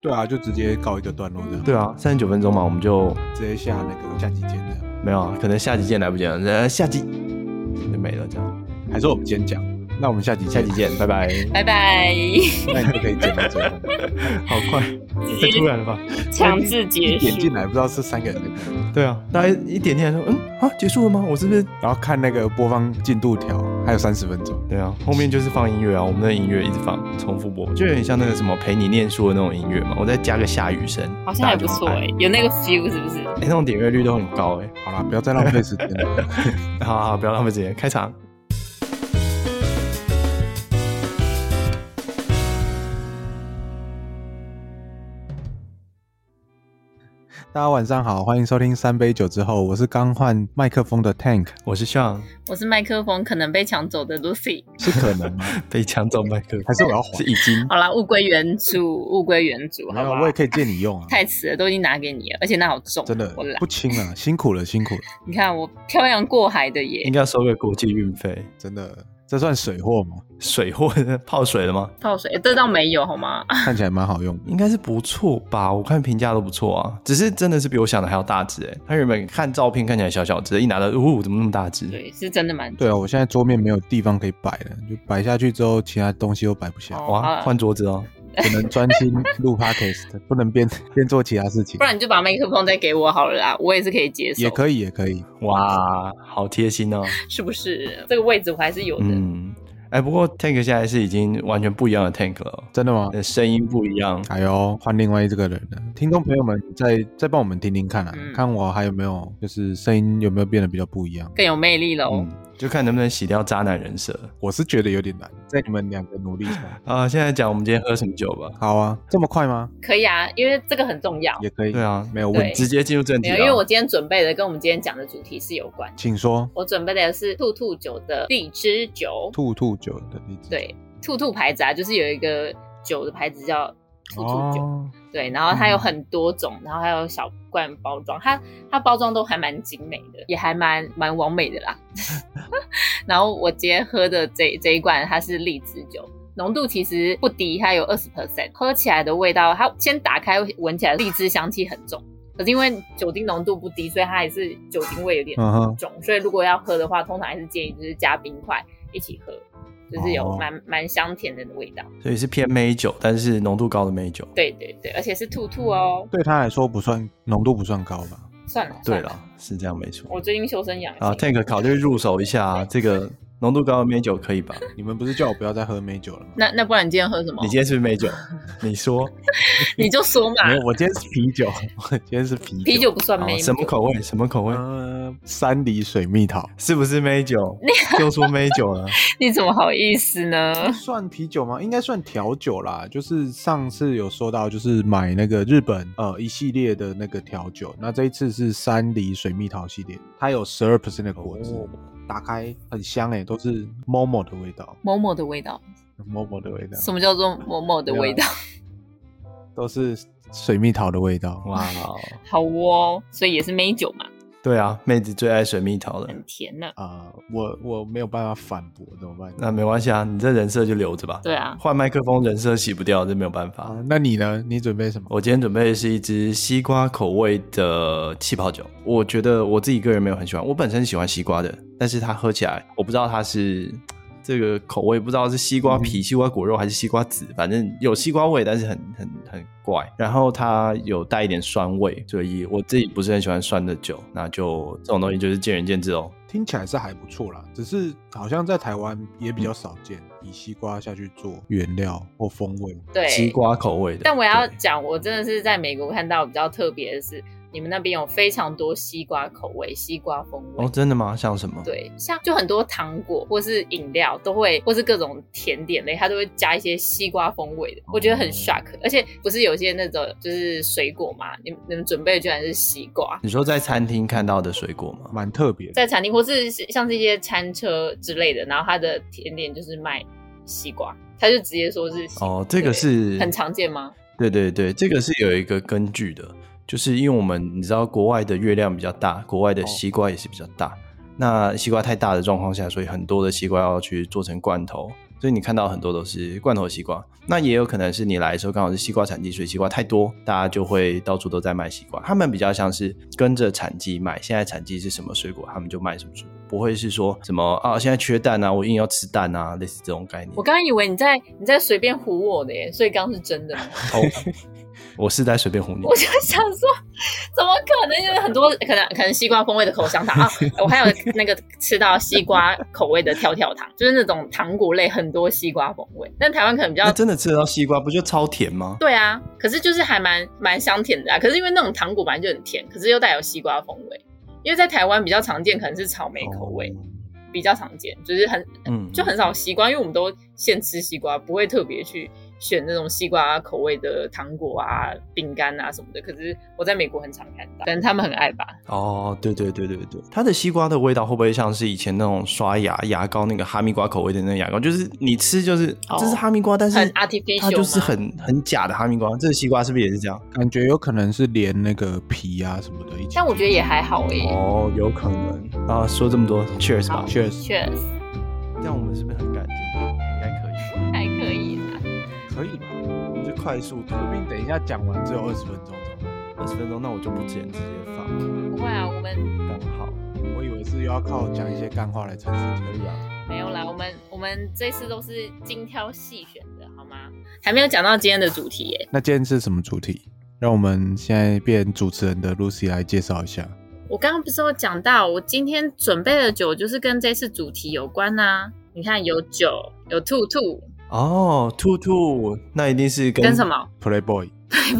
对啊，就直接告一个段落这样。对啊，三十九分钟嘛，我们就直接下那个下集见这样，没有啊，可能下集见来不及了，呃，下集就没了，这样，还是我们先讲？那我们下集下见集，见，拜拜。拜拜，那你就可以剪到最 后。好快，太突然了吧？强制结一点进束。来不知道是三个人在干嘛，对啊，大家一点进来说，嗯啊，结束了吗？我是不是？然后看那个播放进度条，还有三十分钟。对啊，后面就是放音乐啊，我们的音乐一直放，重复播，就有点像那个什么陪你念书的那种音乐嘛。我再加个下雨声，好像也不错大家哎、就很爱有那个 feel 是不是？哎、那种点阅率都很高哎、好啦，不要再浪费时间 了。好好，好不要浪费时间，开场。大家晚上好，欢迎收听三杯酒之后，我是刚换麦克风的 Tank，我是 Sean，我是麦克风可能被抢走的 Lucy。是可能 吗？被抢走麦克，还是我要还是？已经好啦，物归原主，物归原主，没好有，不好我也？可以借你用啊。太迟了，都已经拿给你了，而且那好重，真的我懒不。轻啊，辛苦了，辛苦了，你看我漂洋过海的耶嗯应，该要收个国际运费，真的，这算水货吗？水货泡水了吗？泡水、欸这倒没有好吗？看起来蛮好用的。应该是不错吧，我看评价都不错啊，只是真的是比我想的还要大只哎、他原本看照片看起来小小只，一拿到，呜、怎么那么大只？对，是真的蛮重。对啊，我现在桌面没有地方可以摆了，就摆下去之后，其他东西都摆不下，哦好哇，啊换桌子哦，只能专心录 podcast，不 能边边做其他事情不。然你就把麦克风再给我好了啦，我也是可以接受，也可以，也可以。哇，好贴心哦，是不是？这个位置我还是有的。嗯，哎、不过 tank 现在是已经完全不一样的 tank 了哦，真的吗？呃声音不一样，哎呦，换另外一这个人了。听众朋友们，再再帮我们听听看啊，嗯看我还有没有，就是声音有没有变得比较不一样。更有魅力喽、嗯，就看能不能洗掉渣男人设我是觉得有点难，在你们两个努力 下。啊、现在讲我们今天喝什么酒吧？好啊，这么快吗？可以啊，因为这个很重要。也可以。对，啊，没有问对题，直接进入正题没有，啊，因为我今天准备的跟我们今天讲的主题是有关的。请说。我准备的是兔兔酒的荔枝酒，兔兔酒的例子。对，兔兔牌子啊，就是有一个酒的牌子叫兔兔酒，哦，对，然后它有很多种，然后还有小罐包装，它它包装都还蛮精美的，也还蛮蛮完美的 啦。然后我今天喝的这这一罐它是荔枝酒。浓度其实不低，它有二十 percent，喝起来的味道，它先打开闻起来荔枝香气很重，可是因为酒精浓度不低，所以它还是酒精味有点嗯哼，种，所以如果要喝的话，通常还是建议就是加冰块一起喝，就是有哦蛮蛮香甜的味道。所以是偏美酒，但是浓度高的美酒。对对对，而且是兔兔哦。对他来说不算浓度不算高吧？算了，对算了，了，是这样没错。啊我最近修身养啊性。 ，Tank 考虑入手一下、这个浓度高的美酒可以吧？你们不是叫我不要再喝美酒了吗？那那不然你今天喝什么你？今天是不是美酒？你说你就说嘛没，有，我今天是啤酒，我今天是啤酒。啊啤酒不算好美什么酒口 味？什么口味？呃，山梨水蜜桃是不是美酒？就说美酒 了。你怎么好意思呢？算啤酒吗？应该算调酒啦。就是上次有说到，就是买那个日本呃一系列的那个调酒，那这一次是山梨水蜜桃系列，它有十二 percent 的果汁，哦打开很香诶、都是 momo 的味道某某的味道， ，momo 的啊味道，什么叫做某某的味道？ 都是水蜜桃的味道。哇，哇哦，好哦，所以也是美酒嘛，对啊，妹子最爱水蜜桃了很。甜呢。啊、我我没有办法反驳，怎么办？那没关系啊，你这人设就留着吧。对啊，换麦克风人设洗不掉，这没有办法。啊，那你呢？你准备什么？我今天准备的是一支西瓜口味的气泡酒，我觉得我自己个人没有很喜欢，我本身是喜欢西瓜的，但是它喝起来，我不知道它是嗯这个口味，不知道是西瓜皮、西瓜果肉还是西瓜籽，反正有西瓜味，但是很很很怪。然后它有带一点酸味，所以我自己不是很喜欢酸的酒，那就这种东西就是见仁见智哦。听起来是还不错啦，只是好像在台湾也比较嗯少见，以西瓜下去做原料或风味。对，西瓜口味的，但我要对讲，我真的是在美国看到比较特别的是，你们那边有非常多西瓜口味、西瓜风味。哦，真的吗？像什么？对，像就很多糖果或是饮料都会，或是各种甜点类，它都会加一些西瓜风味的，我觉得哦很 shock。而且不是有些那种就是水果嘛，你们你们准备的居然是西瓜，你说在餐厅看到的水果吗？蛮特别的。在餐厅或是像这些餐车之类的，然后它的甜点就是卖西瓜，他就直接说是西瓜哦，这个对是很常见吗？对对对，这个是有一个根据的，就是因为我们你知道国外的月亮比较大，国外哦的西瓜也是比较大。那西瓜太大的状况下，所以很多的西瓜要去做成罐头，所以你看到很多都是罐头西瓜。那也有可能是你来的时候刚好是西瓜产季，所以西瓜太多，大家就会到处都在卖西瓜。他们比较像是跟着产季卖，现在产季是什么水果，他们就卖什么水果，不会是说什么啊现在缺蛋啊，我硬要吃蛋啊，类似这种概念我。刚刚以为你在你在随便唬我的耶，所以刚刚是真的吗。哦，我是在随便 唬你我。就想说，怎么可能？因为很多可能可能西瓜风味的口香糖啊，我还有那个吃到西瓜口味的跳跳糖，就是那种糖果类很多西瓜风味。但台湾可能比较那真的吃得到西瓜，不就超甜吗？对啊，可是就是还蛮蛮香甜的啊。可是因为那种糖果本来就很甜，可是又带有西瓜风味。因为在台湾比较常见可能是草莓口味，哦比较常见，就是很嗯就很少西瓜，因为我们都现吃西瓜，不会特别去选那种西瓜口味的糖果啊、饼干啊什么的。可是我在美国很常看到，可能他们很爱吧。哦，对对对对对，它的西瓜的味道会不会像是以前那种刷牙牙膏那个哈密瓜口味的那个牙膏？就是你吃就是、哦这是哈密瓜，但是很 artificial 它就是吗很很假的哈密瓜。这个西瓜是不是也是这样？感觉有可能是连那个皮啊什么的一起。但我觉得也还好欸诶、哦，有可能啊。说这么多，Cheers 吧好，确实确实这样我们是不是很干净？应该可以，还可以啦。可以吧？我们就快速吐说不定等一下讲完只有二十分钟，怎么办二十分钟，那我就不剪，直接放，不会啊，我们刚好我以为是又要靠讲一些干话来撑时可间。以啊。没有啦，我们我们这次都是精挑细选的，好吗？还没有讲到今天的主题耶、那今天是什么主题？让我们现在变主持人的 Lucy 来介绍一下。我刚刚不是有讲到，我今天准备的酒就是跟这次主题有关呐、你看有酒，有兔兔，哦，兔兔，那一定是跟跟什么？ Playboy，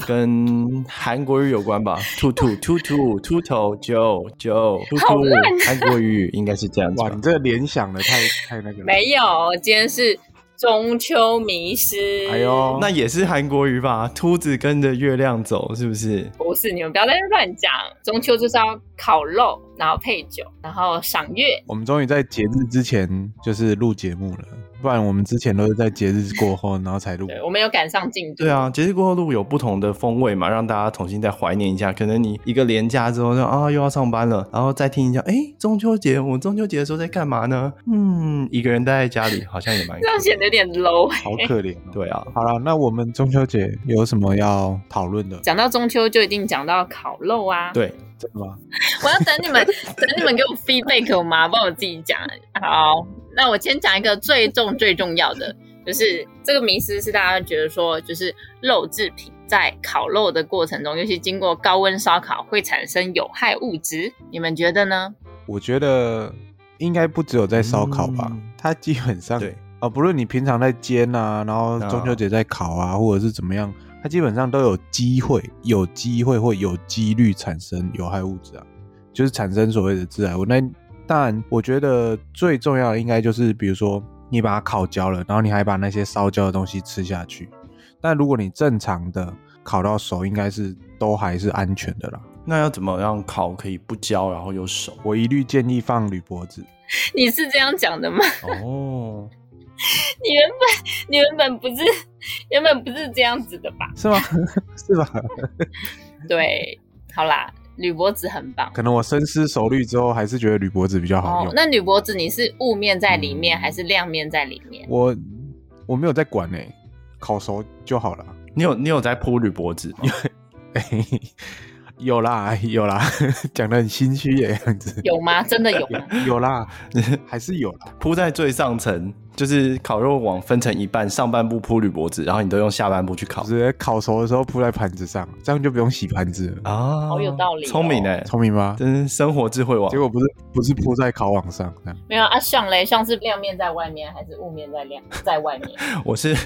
跟韩国语有关吧？兔 兔兔兔秃头九九兔好兔烂， 韩国语应该是这样子哇，吧你？这个联想的太太那个了。没有，今天是中秋迷失。哎呦，那也是韩国语吧？秃子跟着月亮走，是不是？不是，你们不要在这乱讲。中秋就是要烤肉，然后配酒，然后赏月。我们终于在节日之前就是录节目了，不然我们之前都是在节日过后然后才录。对，我们有赶上进度。对啊，节日过后路有不同的风味嘛，让大家重新再怀念一下。可能你一个连假之后就啊又要上班了，然后再听一下，哎，中秋节我中秋节的时候在干嘛呢？嗯，一个人待在家里好像也蛮这样显得有点 low。好可怜、 哦。，对啊。好了，那我们中秋节有什么要讨论的？讲到中秋就一定讲到烤肉啊！对，真的吗？我要等你们，等你们给我 feedback 我吗？不然我自己讲。好，那我先讲一个最重最重要的，就是这个迷思是大家觉得说，就是肉制品在烤肉的过程中，尤其经过高温烧烤会产生有害物质，你们觉得呢？我觉得应该不只有在烧烤吧，嗯它基本上对啊，不论你平常在煎啊，然后啊中秋节在烤啊，或者是怎么样，它基本上都有机会、有机会或有几率产生有害物质啊，就是产生所谓的致癌物。那当然，我觉得最重要的应该就是，比如说你把它烤焦了，然后你还把那些烧焦的东西吃下去。但如果你正常的烤到熟，应该是都还是安全的啦。那要怎么让烤可以不焦，然后又 熟？我一律建议放铝箔纸。你是这样讲的吗？ 哦，你原本你原本不是原本不是这样子的吧？是吗？ 是吧？对，好啦，铝箔纸很棒。可能我深思熟虑之后，还是觉得铝箔纸比较好哦用。，那铝箔纸你是雾面在里面、还是亮面在里面？我我没有在管呢、烤熟就好了。 你有你有在铺铝箔纸吗？有啦，有啦，讲的很心虚耶，样子。有吗？真的有吗？有啦，还是有啦。铺在最上层，就是烤肉网分成一半，上半部铺铝箔纸，然后你都用下半部去烤只是烤熟的时候铺在盘子上，这样就不用洗盘子了，啊，好有道理哦聪明哎、聪明吗？真是生活智慧网结。果不是不是铺在烤网上，这样没有啊，上嘞，像是亮面在外面还是雾面在亮在外面？我是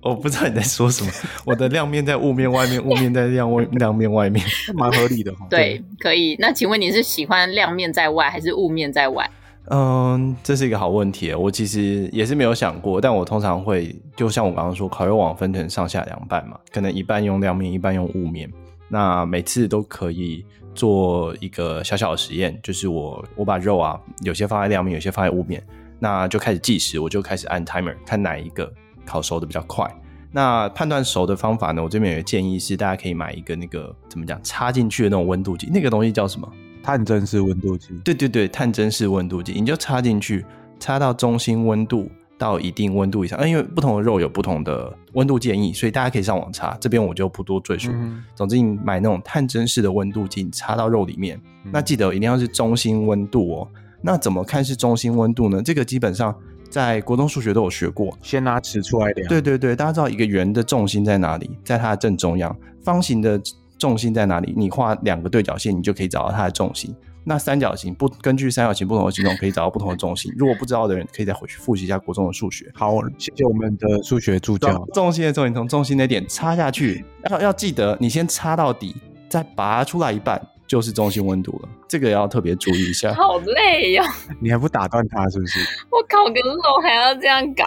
我不知道你在说什么，我的亮面在雾面外面，雾面在亮外亮面外面。这蛮合理的哈。 对，可以。那请问你是喜欢亮面在外还是雾面在外？嗯，这是一个好问题耶，我其实也是没有想过，但我通常会，就像我刚刚说，烤肉网分成上下两半嘛，可能一半用亮面，一半用雾面。那每次都可以做一个小小的实验，就是我我把肉啊，有些放在亮面，有些放在雾面，那就开始计时，我就开始按 timer，看哪一个烤熟的比较快。那判断熟的方法呢，我这边有个建议是，大家可以买一个那个怎么讲，插进去的那种温度计，那个东西叫什么？探针式温度计，对对对，探针式温度计，你就插进去，插到中心温度，到一定温度以上，啊因为不同的肉有不同的温度建议，所以大家可以上网查，这边我就不多赘述。嗯总之，你买那种探针式的温度计，你插到肉里面，嗯那记得一定要是中心温度哦。那怎么看是中心温度呢？这个基本上在国中数学都有学过。先拿尺出来量，对对对，大家知道一个圆的重心在哪里，在它的正中央；方形的重心在哪里？你画两个对角线，你就可以找到它的重心。那三角形不根据三角形不同的形状，可以找到不同的重心。如果不知道的人，可以再回去复习一下国中的数学。好，谢谢我们的数学助教。重心的重心从重心那点插下去，要要记得你先插到底，再拔出来一半就是中心温度了，这个要特别注意一下。好累哟、你还不打断他是不是？我烤个肉还要这样搞。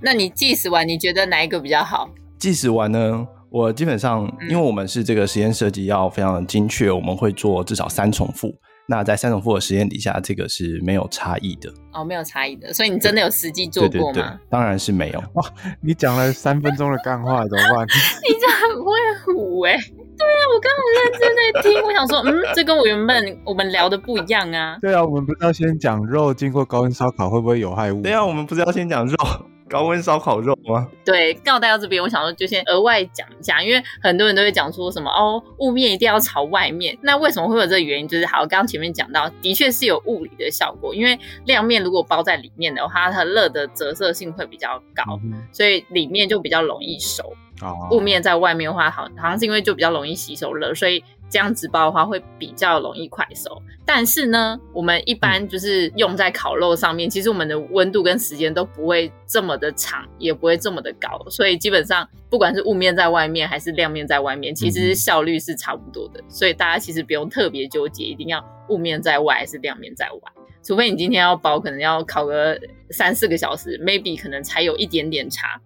那你计时完，你觉得哪一个比较好？计时完呢，我基本上因嗯为我们是这个实验设计要非常精确，我们会做至少三重复。那在三重复的实验底下，这个是没有差异的。哦，没有差异的，所以你真的有实际做对对过对吗？，当然是没有。你讲了三分钟的干话怎么办？ 你这很会唬哎、对啊，我刚很认真在听，我想说，嗯，这跟我原本我们聊的不一样啊。 对啊，我们不是要先讲肉经过高温烧烤会不会有害物？对啊，我们不是要先讲肉， 高温烧烤肉吗？对，刚好带到这边，我想说就先额外讲一下，因为很多人都会讲说什么哦，雾面一定要朝外面。那为什么会有这个原因？就是好，刚刚前面讲到，的确是有物理的效果，因为亮面如果包在里面的话，它的热的折射性会比较高，嗯所以里面就比较容易熟。哼，好雾面在外面的话，好好像是因为就比较容易吸收热，所以这样子包的话会比较容易快熟。但是呢，我们一般就是用在烤肉上面，其实我们的温度跟时间都不会这么的长，也不会这么的高，所以基本上不管是雾面在外面还是亮面在外面，其实效率是差不多的。所以大家其实不用特别纠结，一定要雾面在外还是亮面在外。除非你今天要包，可能要烤个三四个小时，maybe 可能才有一点点差。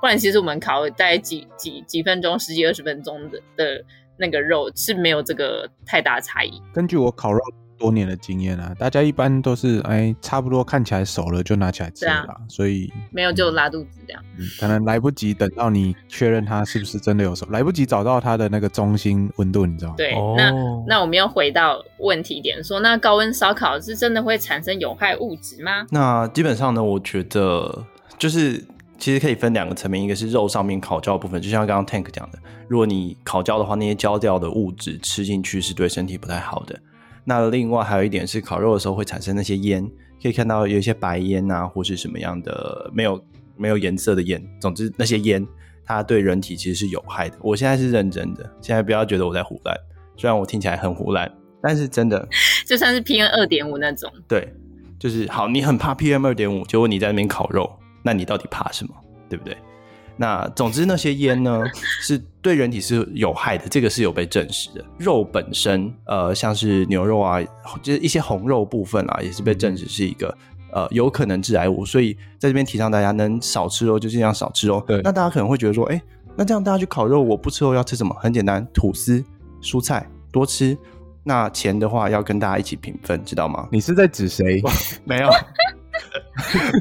不然其实我们烤大概几几几分钟、十几二十分钟的的那个肉是没有这个太大差异。根据我烤肉多年的经验啊，大家一般都是哎差不多看起来熟了就拿起来吃对了啊啦，所以没有就拉肚子这样。嗯可能来不及等到你确认它是不是真的有熟，来不及找到它的那个中心温度，你知道吗？对，哦那那我们又回到问题点，说那高温烧烤是真的会产生有害物质吗？那基本上呢，我觉得就是其实可以分两个层面，一个是肉上面烤焦的部分，就像刚刚 Tank 讲的，如果你烤焦的话，那些焦掉的物质吃进去是对身体不太好的。那另外还有一点是，烤肉的时候会产生那些烟，可以看到有一些白烟啊，或是什么样的没有没有颜色的烟，总之那些烟它对人体其实是有害的。我现在是认真的，现在不要觉得我在胡乱，虽然我听起来很胡乱，但是真的就算是 PM 二点五那种，对，就是好，你很怕 PM 二点五，结果你在那边烤肉，那你到底怕什么？对不对？那总之那些烟呢，是对人体是有害的，这个是有被证实的。肉本身，呃，像是牛肉啊，就是一些红肉部分啊，也是被证实是一个。呃，有可能致癌物，所以在这边提倡大家能少吃肉就尽量少吃肉。对那大家可能会觉得说，哎、那这样大家去烤肉，我不吃肉要吃什么？很简单，吐司、蔬菜多吃。那钱的话要跟大家一起平分，知道吗？你是在指谁？没有，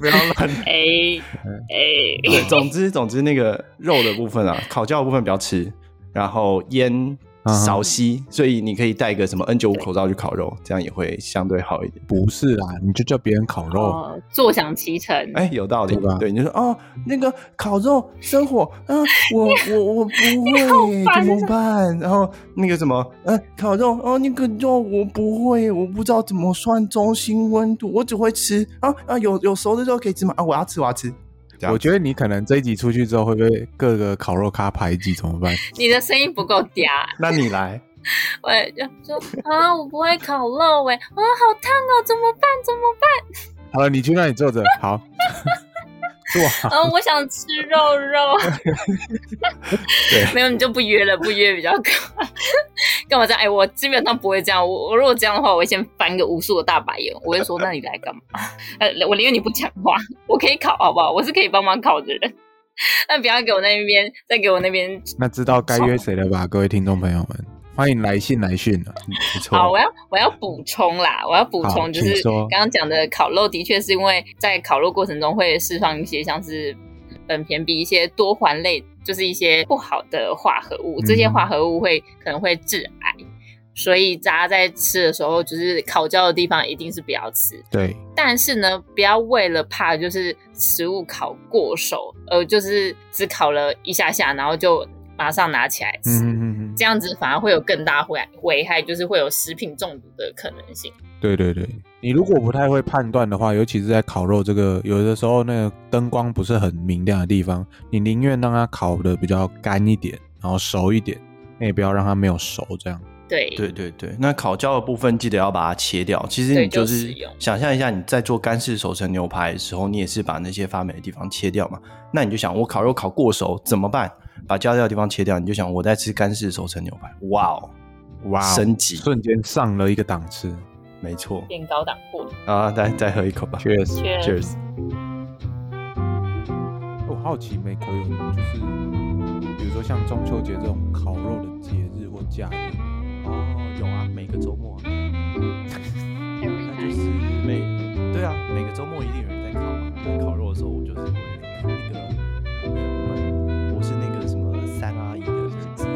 不要乱。哎哎， 对，总之总之那个肉的部分啊，烤焦的部分不要吃，然后烟嗯哼少吸，所以你可以戴个什么 N 九五口罩去烤肉，这样也会相对好一点。不是啊，你就叫别人烤肉。哦，坐享其成。哎、有道理对吧，对，你就说哦，那个烤肉生火，啊，我我我不你会，好烦怎么办？然后那个什么，呃，烤肉，哦，那个肉我不会，我不知道怎么算中心温度，我只会吃啊啊，有有熟的肉可以吃吗？啊，我要吃，我要吃。这样我觉得你可能这一集出去之后会被各个烤肉咖排挤，怎么办？你的声音不够嗲，那你来，我就说啊，我不会烤肉哎，啊，好烫哦，怎么办？怎么办？好了，你去那里坐着，好，坐好。嗯、我想吃肉肉。对 没有你就不约了，不约比较好。干嘛这样？哎、我基本上不会这样。我我如果这样的话，我会先翻个无数的大白眼。我会说，那你来干嘛？ 呃，我宁愿你不讲话，我可以考好不好？我是可以帮忙考的人。 但不要给我那边，再给我那边。那知道该约谁了吧，各位听众朋友们，欢迎来信来讯啊。不错。好，我要我要补充啦，我要补好充就请是说刚刚讲的烤肉，的确是因为在烤肉过程中会释放一些像是苯偏比一些多环类，就是一些不好的化合物，这些嗯化合物会可能会致癌。所以大家在吃的时候，就是烤焦的地方一定是不要吃。对，但是呢，不要为了怕就是食物烤过熟，呃，就是只烤了一下下，然后就马上拿起来吃，嗯嗯嗯嗯，这样子反而会有更大危危害，就是会有食品中毒的可能性。对对对。你如果不太会判断的话，尤其是在烤肉这个，有的时候那个灯光不是很明亮的地方，你宁愿让它烤的比较干一点，然后熟一点，那也不要让它没有熟这样。对，对对对，那烤焦的部分记得要把它切掉。其实对你就就使是用想象一下，你在做干式熟成牛排的时候，你也是把那些发霉的地方切掉嘛。那你就想，我烤肉烤过熟怎么办？把焦掉的地方切掉，你就想我在吃干式熟成牛排。哇哦，哇哦升级瞬间上了一个档次，没错变高档货。啊！再再喝一口吧。确实。确实， Cheers。哎我好奇美国有就是，比如说像中秋节这种烤肉的节日或假日，哦，有啊，每个周末、啊，那就 Everytime 是每对啊，每个周末一定有人在烤嘛。那烤肉的时候，我就是会那个，我我是那个什么三阿姨的儿子，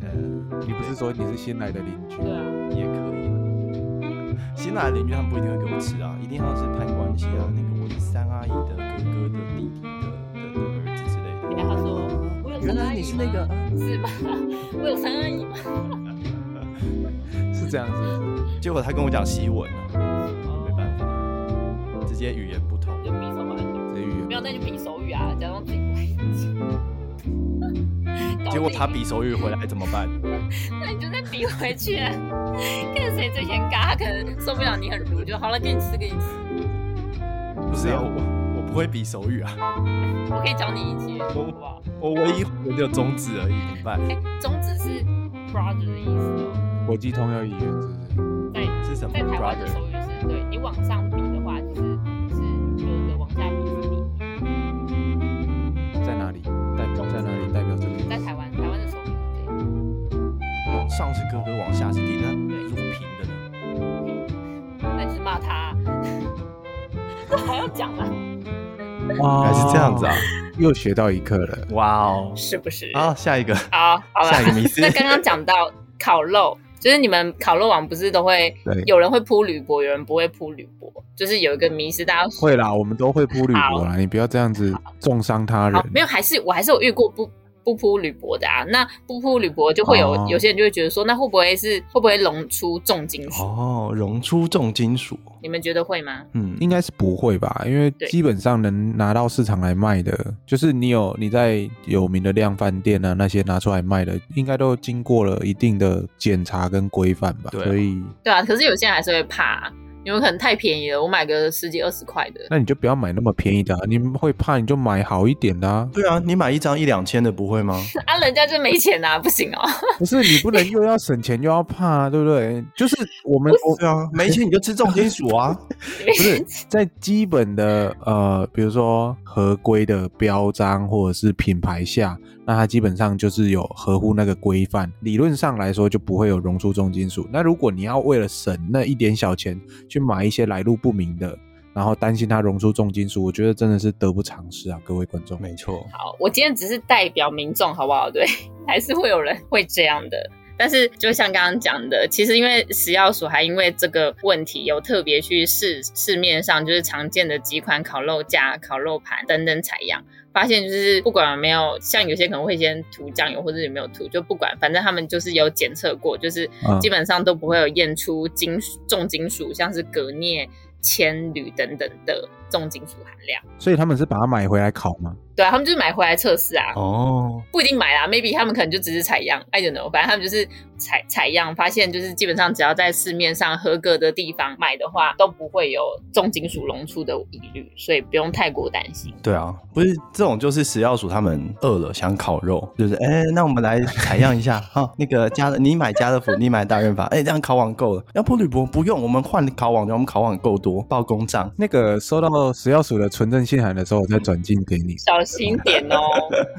呃，你不是说你是新来的邻居？对啊，也可以了。新来的邻居他们不一定会给我吃啊，一定要是攀关系啊，那个我的三阿姨的哥哥的弟弟的的的儿子之类的。人家他说我有三原阿来姨你是那吗个，是吗？我有三阿姨吗？是这样子。结果他跟我讲西文啊，没办法，直接语言不通。就比手画脚，这语言没有那就比手语啊，假装自己不会讲。搞结果定他比手语回来怎么办？那你就再比回去啊，看谁最先嘎，他可能受不了你很毒，就好了，给你吃，给你吃，不是啊，我我不会比手语啊，我可以教你一些，好不好？我唯一会的就中指而已，怎么办？哎，中指是 brother 的意思哦，国际通用语言是不是？在是什么在台湾的？brother？手语是对你往上比的话，就是是哥哥，往下比是弟弟，在哪里？代表在哪里代表这个意思？在台湾台湾的手语是这样。往上是哥哥，往下是弟弟，那对如果平的呢？那你是骂他，这 还要讲吗？哦还是这样子啊？？又学到一课了。哇哦！是不是？好，下一个，好，好了下一个迷思那刚刚讲到烤肉，就是你们烤肉网不是都会对有人会铺铝箔，有人不会铺铝箔，就是有一个迷思，大家会啦，我们都会铺铝箔啦，你不要这样子重伤他人好。没有，还是我还是有遇过不。不铺铝箔的啊，那不铺铝箔就会有、哦有些人就会觉得说，那会不会是会不会溶出重金属？哦，溶出重金属，你们觉得会吗？嗯，应该是不会吧，因为对基本上能拿到市场来卖的，就是你有你在有名的量贩店啊那些拿出来卖的，应该都经过了一定的检查跟规范吧。对啊。所以对啊，可是有些人还是会怕啊、因为可能太便宜了，我买个十几二十块的， 那你就不要买那么便宜的、啊，你会怕你就买好一点的、 啊对啊，你买一张一两千的不会吗？啊，人家就没钱啊，不行哦。不是你不能又要省钱又要怕、啊，对不对？就是我们我对啊，没钱你就吃重金属啊。不 是在基本的呃，比如说合规的标章或者是品牌下，那它基本上就是有合乎那个规范，理论上来说就不会有溶出重金属。那如果你要为了省那一点小钱去买一些来路不明的，然后担心它溶出重金属，我觉得真的是得不偿失啊，各位观众。 没错，好，我今天只是代表民众，好不好？对， 还是会有人会这样的。但是就像刚刚讲的，其实因为食药署还因为这个问题，有特别去市市面上就是常见的几款烤肉架、烤肉盘等等采样，发现就是不管有没有像有些可能会先涂酱油，或者有没有涂，就不管，反正他们就是有检测过，就是嗯基本上都不会有验出金属重金属，像是镉、镍、铅、铝等等的重金属含量。所以他们是把它买回来烤吗？对啊，他们就是买回来测试啊。哦，不一定买啦，maybe 他们可能就只是采样，I don't know，反正他们就是采采样，发现就是基本上只要在市面上合格的地方买的话，都不会有重金属溶出的疑虑，所以不用太过担心。对啊，不是这种，就是食药署他们饿了想烤肉，就是哎、那我们来采样一 下哈、那个家乐，你买家乐福，你买大润发，哎、这样烤网购了。要不铝箔不用，我们换烤网，我们烤网购多，报公账。那个收到食药署的纯正信函的时候，我再转进给你。小心点哦。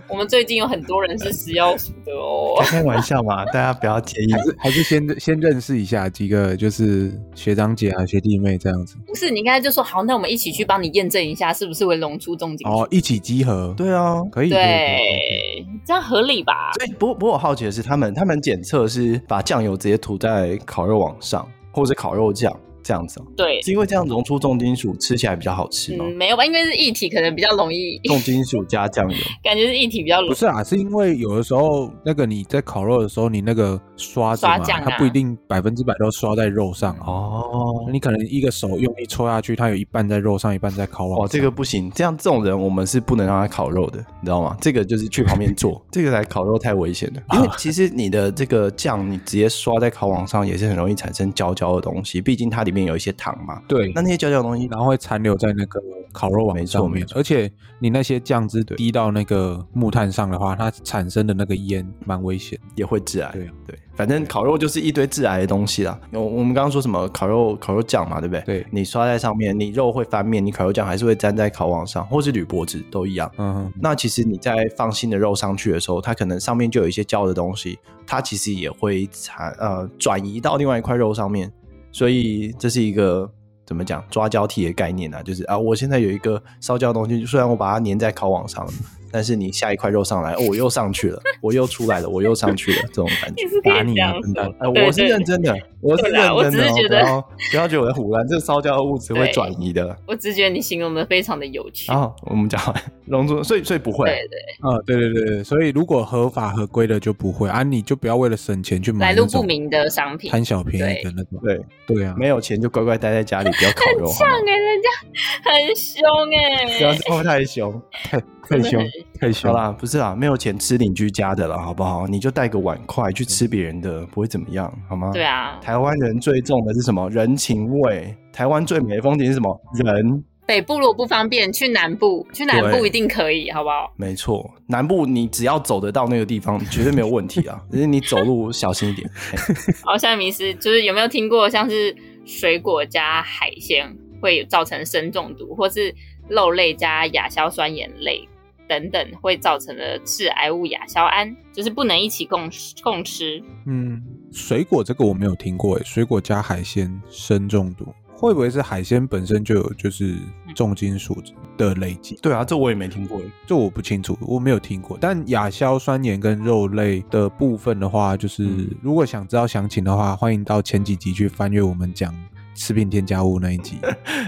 我们最近有很多人是食药署的哦。开玩笑嘛，大家不要介 意还。是还是先先认识一下几个就是学长姐啊、学弟妹这样子，不是，你刚才就说好，那我们一起去帮你验证一下，是不是会溶出重金属？哦，一起集合，对啊，可以，可以，可以对，这样合理吧？所以不过不过我好奇的是，他们他们检测是把酱油直接涂在烤肉网上，或者烤肉酱这样子、哦，对，是因为这样溶出重金属，吃起来比较好吃吗？嗯，没有吧？因为是液体，可能比较容易，重金属加酱油，感觉是液体比较容不是啊，是因为有的时候那个你在烤肉的时候，你那个刷子嘛，刷酱啊它不一定百分之百都刷在肉上啊。哦，你可能一个手用力戳下去，它有一半在肉上，一半在烤网上。哇，哦这个不行，这样这种人我们是不能让他烤肉的，你知道吗？这个就是去旁边 坐，这个来烤肉太危险了。因为其实你的这个酱，你直接刷在烤网上也是很容易产生焦焦的东西，毕竟它里面有一些糖嘛。对那那些焦焦的东西，然后会残留在那个烤肉网没上错面没，错而且你那些酱汁滴到那个木炭上的话，它产生的那个烟蛮危险。也会致癌。对啊对，反正烤肉就是一堆致癌的东西啦。我我们刚刚说什么烤肉烤肉酱嘛，对不对？对你刷在上面，你肉会翻面，你烤肉酱还是会粘在烤网上，或是铝箔纸都一样。嗯，那其实你在放新的肉上去的时候，它可能上面就有一些焦的东西，它其实也会产呃转移到另外一块肉上面，所以这是一个怎么讲抓交替的概念啊，就是啊，我现在有一个烧焦的东西，虽然我把它粘在烤网上了，但是你下一块肉上来，哦，我又上去了，我又出来了，我又上去了，这种感觉 你。是可打以你这啊样笨蛋说。呃，对我是对认真的，我是对认啦我真的、只哦是，觉不得要不要觉得我在胡乱，这烧焦的物质会对转移的。我只觉得你形容的非常的有趣。然后我们讲完龙珠，所以所以不会，对对，啊，对对对对，所以如果合法合规的就不会啊，你就不要为了省钱去买来那路种不明的商品，贪小便宜的那种。对，对啊，没有钱就乖乖待在家里，不要烤肉，好像吗哎、人家很凶 哎、不要这么太凶。太啊凶太好凶了。啦，不是啦，没有钱吃邻居家的啦，好不好？你就带个碗筷去吃别人的，不会怎么样，好吗？ 对。啊，台湾人最重的是什么？人情味。台湾最美的风景是什么？人，北部如果不方便，去南部，去南部对一定可以，好不好？没错。南部你只要走得到那个地方，绝对没有问题啊。 只是你走路小心一点。嘿然后下面迷思就是有没有听过像是水果加海鲜会造成砷中毒，或是肉类加亚硝酸盐类等等会造成的致癌物亚硝胺，就是不能一起共共吃。嗯，水果这个我没有听过诶，欸水果加海鲜砷中毒，会不会是海鲜本身就有就是重金属的累积？对啊，这我也没听过。这我不清楚，我没有听过。但亚硝酸盐跟肉类的部分的话，就是、嗯如果想知道详情的话，欢迎到前几集去翻阅我们讲食品添加物那一 集。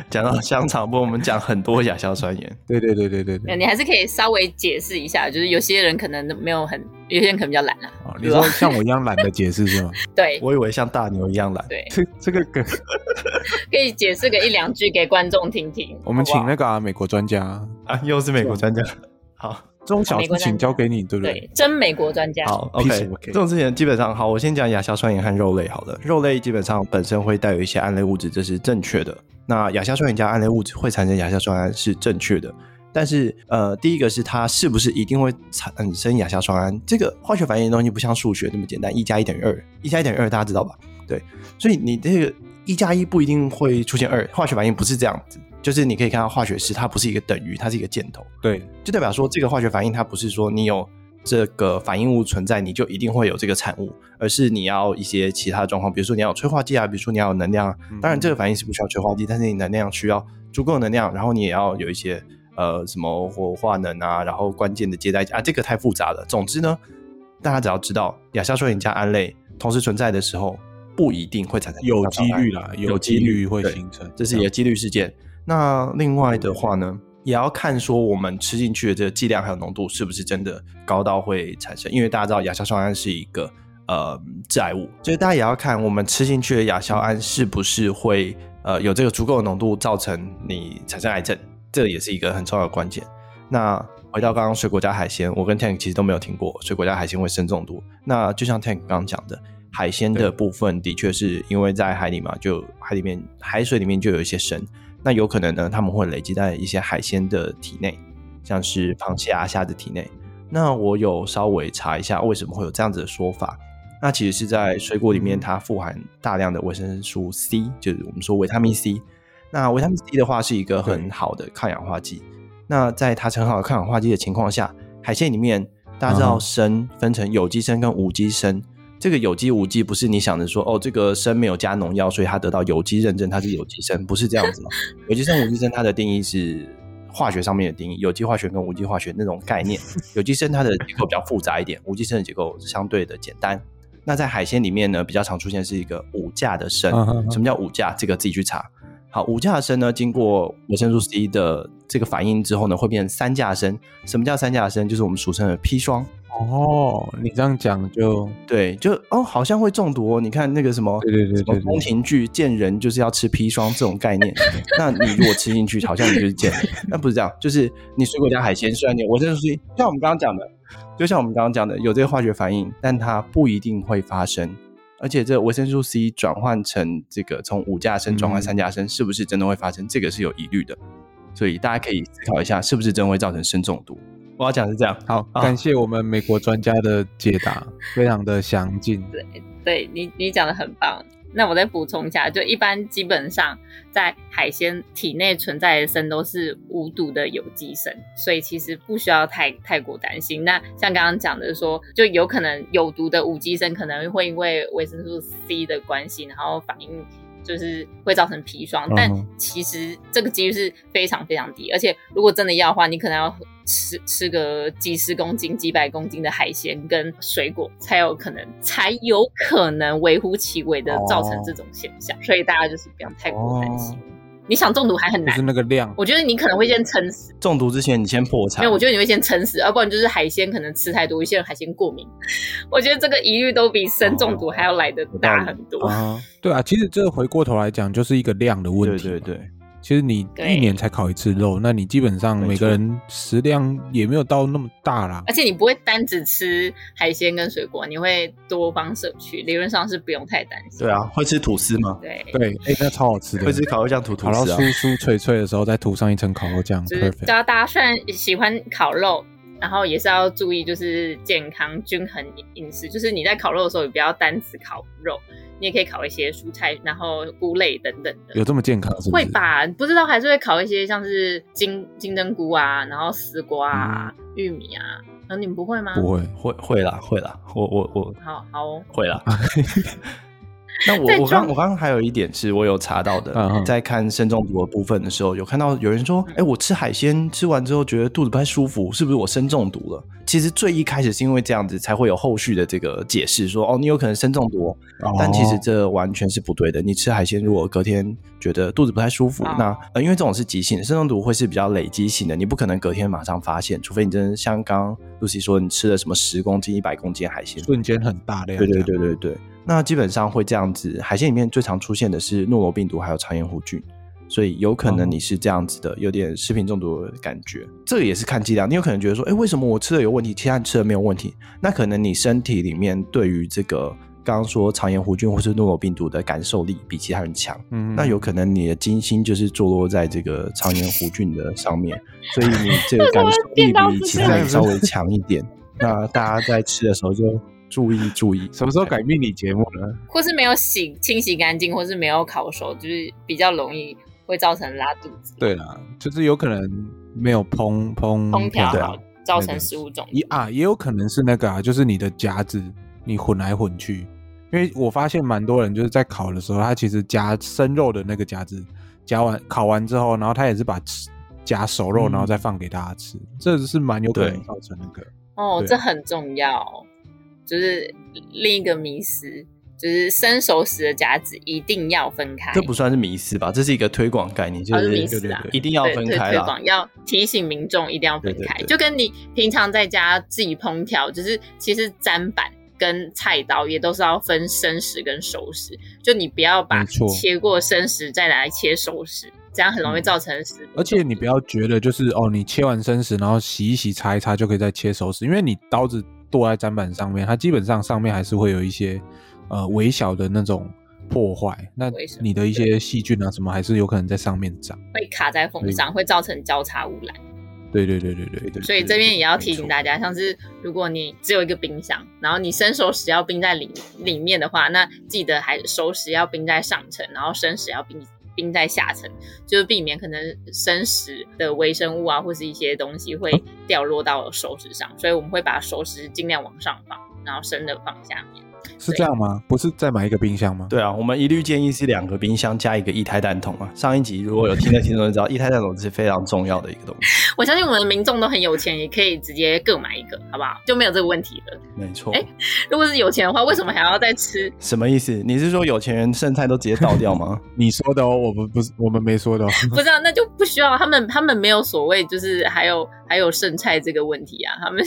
讲到香肠，不，我们讲很多亚硝酸盐。对对对对对对。呃你还是可以稍微解释一下，就是有些人可能没有很，有些人可能比较懒啊。哦，你 说像我一样懒得解释是吗？对我以为像大牛一样懒。对，这这个梗，可以解释个一两句给观众听听。我们好不请好那个、啊、美国专家，啊，又是美国专家。 好这种小美国事情专家交给你，对不对？对真美国专家。好 Piece ，OK， of cake 这种事情基本上好，我先讲亚硝酸盐和肉类好了。肉类基本上本身会带有一些胺类物质，这是正确的。那亚硝酸盐加胺类物质会产生亚硝酸胺是正确的，但是呃，第一个是它是不是一定会产生亚硝酸胺？这个化学反应的东西不像数学那么简单，一加一等于二，一加一等于二，大家知道吧？对，所以你这个一加一不一定会出现二，化学反应不是这样子，就是你可以看到化学式它不是一个等于，它是一个箭头。对，就代表说这个化学反应它不是说你有这个反应物存在，你就一定会有这个产物，而是你要一些其他的状况，比如说你要有催化剂啊，比如说你要有能量啊。嗯当然，这个反应是不需要催化剂，但是你能量需要足够的能量，然后你也要有一些呃什么活化能啊，然后关键的接待啊，这个太复杂了。总之呢，大家只要知道亚硝酸盐加胺类同时存在的时候，不一定会产生有亚硝几酸胺率啦，有几几率率会对形成，这是一个几率事件。那另外的话呢，也要看说我们吃进去的这个剂量还有浓度是不是真的高到会产生，因为大家知道亚硝酸胺是一个呃致癌物，所以大家也要看我们吃进去的亚硝胺是不是会呃有这个足够的浓度造成你产生癌症，这也是一个很重要的关键。那回到刚刚水果加海鲜，我跟 Tank 其实都没有听过水果加海鲜会砷中毒。那就像 Tank 刚刚讲的，海鲜的部分的确是因为在海里嘛，就海里面海水里面就有一些砷，那有可能呢，它们会累积在一些海鲜的体内，像是螃蟹啊、虾子体内。那我有稍微查一下为什么会有这样子的说法，那其实是在水果里面它富含大量的维生素 C，就是我们说维他命 C。那维他命 C 的话是一个很好的抗氧化剂，那在它很好的抗氧化剂的情况下，海鲜里面大家知道嗯砷分成有机砷跟无机砷。这个有机无机不是你想的说哦，这个砷没有加农药，所以它得到有机认证，它是有机砷，不是这样子嘛？有机砷、无机砷它的定义是化学上面的定义，有机化学跟无机化学那种概念。有机砷它的结构比较复杂一点，无机砷的结构相对的简单。那在海鲜里面呢，比较常出现是一个五价的砷。嗯嗯嗯什么叫五价？这个自己去查。好，五价的砷呢，经过维生素 C 的这个反应之后呢，会变成三价砷。什么叫三价砷？就是我们俗称的砒霜。哦，你这样讲就对，就哦，好像会中毒哦。你看那个什么，对对对什么对对宫廷剧见人就是要吃砒霜这种概 念。那你如果吃进去，好像你就是见人。那不是这样，就是你水果加海鲜，虽然你维生素 C，就像我们刚刚讲的，就像我们刚刚讲的，有这个化学反应，但它不一定会发生。而且这维生素 C 转换成这个从五价砷转换嗯三价砷，是不是真的会发生？这个是有疑虑的，所以大家可以思考一下，是不是真的会造成砷中毒？我要讲的是这样，好。啊感谢我们美国专家的解答，非常的详尽。对你，你讲的很棒。那我再补充一下，就一般基本上在海鲜体内存在的砷都是无毒的有机砷，所以其实不需要太太过担心。那像刚刚讲的说，就有可能有毒的无机砷可能会因为维生素 C 的关系，然后反应就是会造成砒霜嗯，但其实这个几率是非常非常低，而且如果真的要的话，你可能要吃吃个几十公斤、几百公斤的海鲜跟水果，才有可能，才有可能微乎其微哦的造成这种现象，所以大家就是不要太过担心。你想中毒还很就难是，那个量，我觉得你可能会先撑死，中毒之前你先破产。因为我觉得你会先撑死，要不然就是海鲜可能吃太多，有些人海鲜过敏， 我觉得这个疑虑都比哦砷中毒还要来得大很多。啊，对啊，其实这回过头来讲，就是一个量的问对题。对。对。其实你对一年才烤一次肉，那你基本上没每错个人食量也没有到那么大啦。而且你不会单只吃海鲜跟水果，你会多方摄取，理论上是不用太担心。对啊，，会吃吐司吗？对，对，哎、那超好吃的，会吃烤肉酱吐吐烤到司啊酥？酥脆脆的时候，再涂上一层烤肉酱就是，perfect。教大家，虽然喜欢烤肉，然后也是要注意就是健康均衡饮食，就是你在烤肉的时候也不要单只烤肉，你也可以烤一些蔬菜，然后菇类等等的。有这么健康是不会是？吧？不知道还是会烤一些像是金金针菇啊，然后丝瓜啊、嗯玉米啊。然后你们不会吗？不会，会会啦，会啦，我我我好好哦，会 啦。那在我我装刚我刚刚还有一点是我有查到的，嗯嗯在看砷中毒的部分的时候，有看到有人说，哎、我吃海鲜吃完之后觉得肚子不太舒服，是不是我砷中毒了？其实最一开始是因为这样子，才会有后续的这个解释说，哦，你有可能砷中毒，但其实哦这完全是不对的。你吃海鲜，如果隔天觉得肚子不太舒服，哦那呃，因为这种是急性的，肾中毒会是比较累积性的，你不可能隔天马上发现，除非你真的像刚刚露西说，你吃了什么十公斤、一百公斤海鲜。瞬间很大量。对对，对对对，那基本上会这样子。海鲜里面最常出现的是诺罗病毒还有肠炎弧菌，所以有可哦能你是这样子的，有点食品中毒的感觉。这个也是看剂量，你有可能觉得说，哎，为什么我吃的有问题，其他人吃的没有问题？那可能你身体里面对于这个刚刚说肠炎弧菌或是诺罗病毒的感受力比其他人强。嗯，那有可能你的金星就是坐落在这个肠炎弧菌的上面，所以你 这个感受力比其他人稍微强一点。那大家在吃的时候就注意注意。什么时候改变你节目呢？或是没有洗清洗干净，或是没有烤熟，就是比较容易会造成拉肚子。对啦，就是有可能没有烹烹烹调对好啊，造成食物中毒。也啊，也有可能是那个啊，就是你的夹子你混来混去，因为我发现蛮多人就是在烤的时候，他其实夹生肉的那个夹子夹完烤完之后，然后他也是把吃夹熟肉，嗯然后再放给大家吃，这是蛮有可能对造成那个。哦，对这很重要，就是另一个迷思，就是生熟食的夹子一定要分开。这不算是迷思吧？这是一个推广概念，就哦是是迷思啊对对对一定要对分推开推啦。广要提醒民众一定要分开，对对对就跟你平常在家自己烹调，就是其实砧板跟菜刀也都是要分生食跟熟食，就你不要把没错切过生食再来切熟食，这样很嗯容易造成食物中毒。而且你不要觉得就是哦，你切完生食，然后洗一洗、擦一擦就可以再切熟食，因为你刀子剁在砧板上面，它基本上上面还是会有一些呃微小的那种破坏，那微小你的一些细菌啊什么还是有可能在上面长。会卡在缝上，会造成交叉污染。对对对对对对，所以这边也要提醒大家，家，像是如果你只有一个冰箱，然后你生熟食要冰在里里面的话，那记得还熟食要冰在上层，然后生食要冰冰在下层，就是避免可能生食的微生物啊，或是一些东西会掉落到熟食上，所以我们会把熟食尽量往上放，然后生的放下面。是这样吗？不是再买一个冰箱吗？对啊，我们一律建议是两个冰箱加一个液态蛋筒啊。上一集如果有听的听众就知道，液态蛋筒是非常重要的一个东西。我相信我们的民众都很有钱，也可以直接各买一个，好不好？就没有这个问题了。没错，哎如果是有钱的话，为什么还要再吃？什么意思？你是说有钱人剩菜都直接倒掉 吗？你说的哦，我们不是我们没说的哦。不知道，那就不需要他们，他们没有所谓，就是还有还有剩菜这个问题啊，他们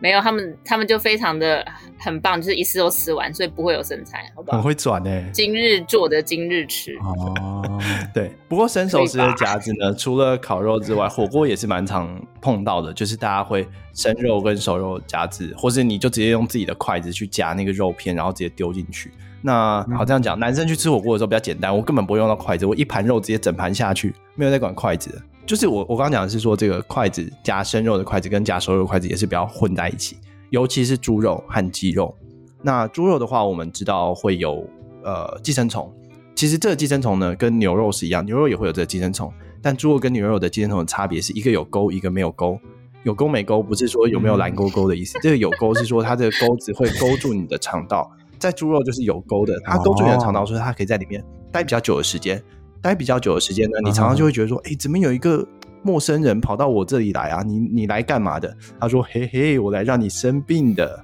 没有，他们他们就非常的很棒，就是一次都吃完，所以不会有剩菜，好不很好？会转欸呢、今日做的今日吃，哦，对，不过生熟食的夹子呢，除了烤肉之外，火锅也是蛮常碰到的，就是大家会生肉跟熟肉夹子，或是你就直接用自己的筷子去夹那个肉片，然后直接丢进去。那好，这样讲，男生去吃火锅的时候比较简单，我根本不会用到筷子，我一盘肉直接整盘下去，没有在管筷子的。就是我我刚刚讲的是说，这个筷子夹生肉的筷子跟夹熟肉的筷子也是比较混在一起，尤其是猪肉和鸡肉。那猪肉的话，我们知道会有呃寄生虫。其实这个寄生虫呢，跟牛肉是一样，牛肉也会有这个寄生虫，但猪肉跟牛肉的寄生虫的差别是一个有钩，一个没有钩。有钩没钩不是说有没有蓝勾勾的意思，这个有钩是说它这个钩子会勾住你的肠道，在猪肉就是有钩的，它勾住你的肠道，所以它可以在里面待比较久的时间。待比较久的时间呢，你常常就会觉得说，哎、怎么有一个陌生人跑到我这里来啊？你你来干嘛的？他说，嘿嘿，我来让你生病的，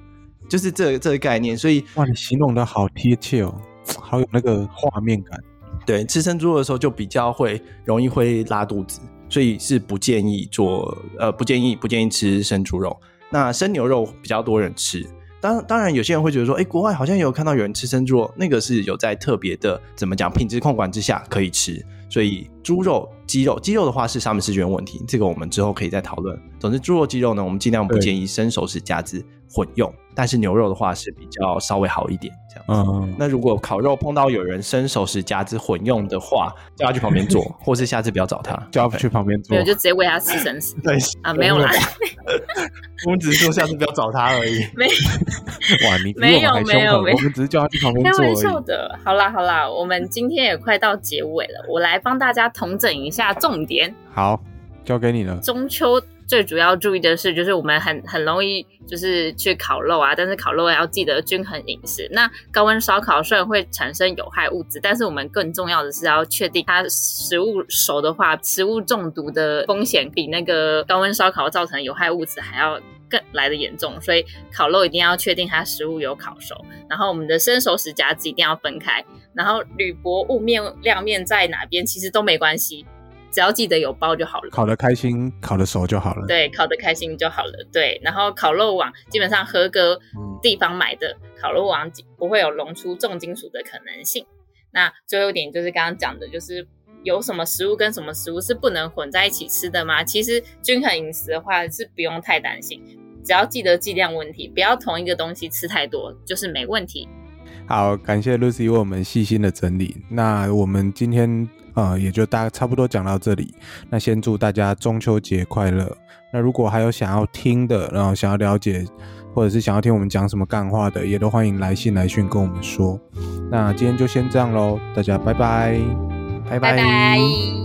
就是这个这个概念。所以哇，你形容的好贴切哦，好有那个画面感。对，吃生猪肉的时候就比较会容易会拉肚子，所以是不建议做呃不建议不建议吃生猪肉。那生牛肉比较多人吃，当当然有些人会觉得说，哎，国外好像有看到有人吃生猪肉，那个是有在特别的怎么讲品质控管之下可以吃。所以猪肉、鸡肉，鸡肉的话是沙门氏菌问题，这个我们之后可以再讨论。总之，猪肉、鸡肉呢，我们尽量不对建议生熟食夹子混用，但是牛肉的话是比较稍微好一点这样子。嗯，那如果烤肉碰到有人生熟食夹子混用的话，叫他去旁边坐，或是下次不要找他。叫他去旁边坐没有。就直接喂他吃生死对， 啊，没有啦，我们只是说下次不要找他而已。没 哇，你比 没有我们还没有凶没狠，有我们只是叫他去旁边开坐玩笑而已。的。好啦好啦，我们今天也快到结尾了，我来帮大家统整一下重点。好，交给你了。中秋最主要注意的是，就是我们很很容易就是去烤肉啊，但是烤肉要记得均衡饮食。那高温烧烤虽然会产生有害物质，但是我们更重要的是要确定它食物熟的话，食物中毒的风险比那个高温烧烤造成有害物质还要。更来的严重，所以烤肉一定要确定它食物有烤熟，然后我们的生熟食夹子一定要分开，然后铝箔雾面亮面在哪边其实都没关系，只要记得有包就好了。烤得开心，烤得熟就好了。对，烤得开心就好了。对，然后烤肉网基本上合格嗯地方买的烤肉网不会有溶出重金属的可能性。那最后一点就是刚刚讲的，就是有什么食物跟什么食物是不能混在一起吃的吗？其实均衡饮食的话是不用太担心，只要记得剂量问题，不要同一个东西吃太多，就是没问题。好，感谢 Lucy 为我们细心的整理。那我们今天呃也就大差不多讲到这里。那先祝大家中秋节快乐。那如果还有想要听的，然后想要了解，或者是想要听我们讲什么干话的，也都欢迎来信来讯跟我们说。那今天就先这样喽，大家拜拜。拜拜拜